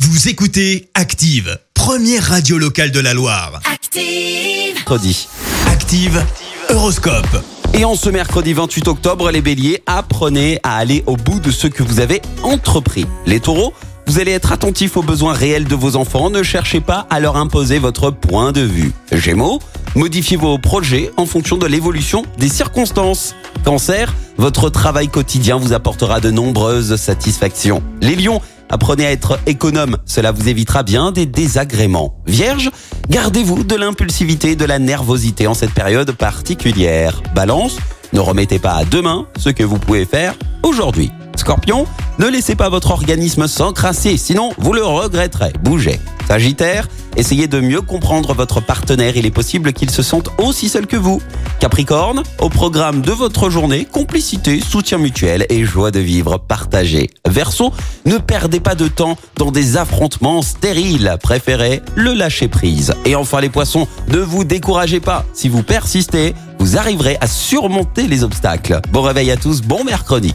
Vous écoutez Active, première radio locale de la Loire. Active. mercredi. Active, Euroscope. Et en ce mercredi 28 octobre, les béliers, apprenez à aller au bout de ce que vous avez entrepris. Les taureaux, vous allez être attentifs aux besoins réels de vos enfants, ne cherchez pas à leur imposer votre point de vue. Gémeaux, modifiez vos projets en fonction de l'évolution des circonstances. Cancer, votre travail quotidien vous apportera de nombreuses satisfactions. Les lions, apprenez à être économe, cela vous évitera bien des désagréments. Vierge, gardez-vous de l'impulsivité et de la nervosité en cette période particulière. Balance, ne remettez pas à demain ce que vous pouvez faire aujourd'hui. Scorpion, ne laissez pas votre organisme s'encrasser, sinon vous le regretterez. Bougez. Sagittaire, essayez de mieux comprendre votre partenaire, il est possible qu'il se sente aussi seul que vous. Capricorne, au programme de votre journée, complicité, soutien mutuel et joie de vivre partagée. Verseau, ne perdez pas de temps dans des affrontements stériles, préférez le lâcher prise. Et enfin les poissons, ne vous découragez pas, si vous persistez, vous arriverez à surmonter les obstacles. Bon réveil à tous, bon mercredi.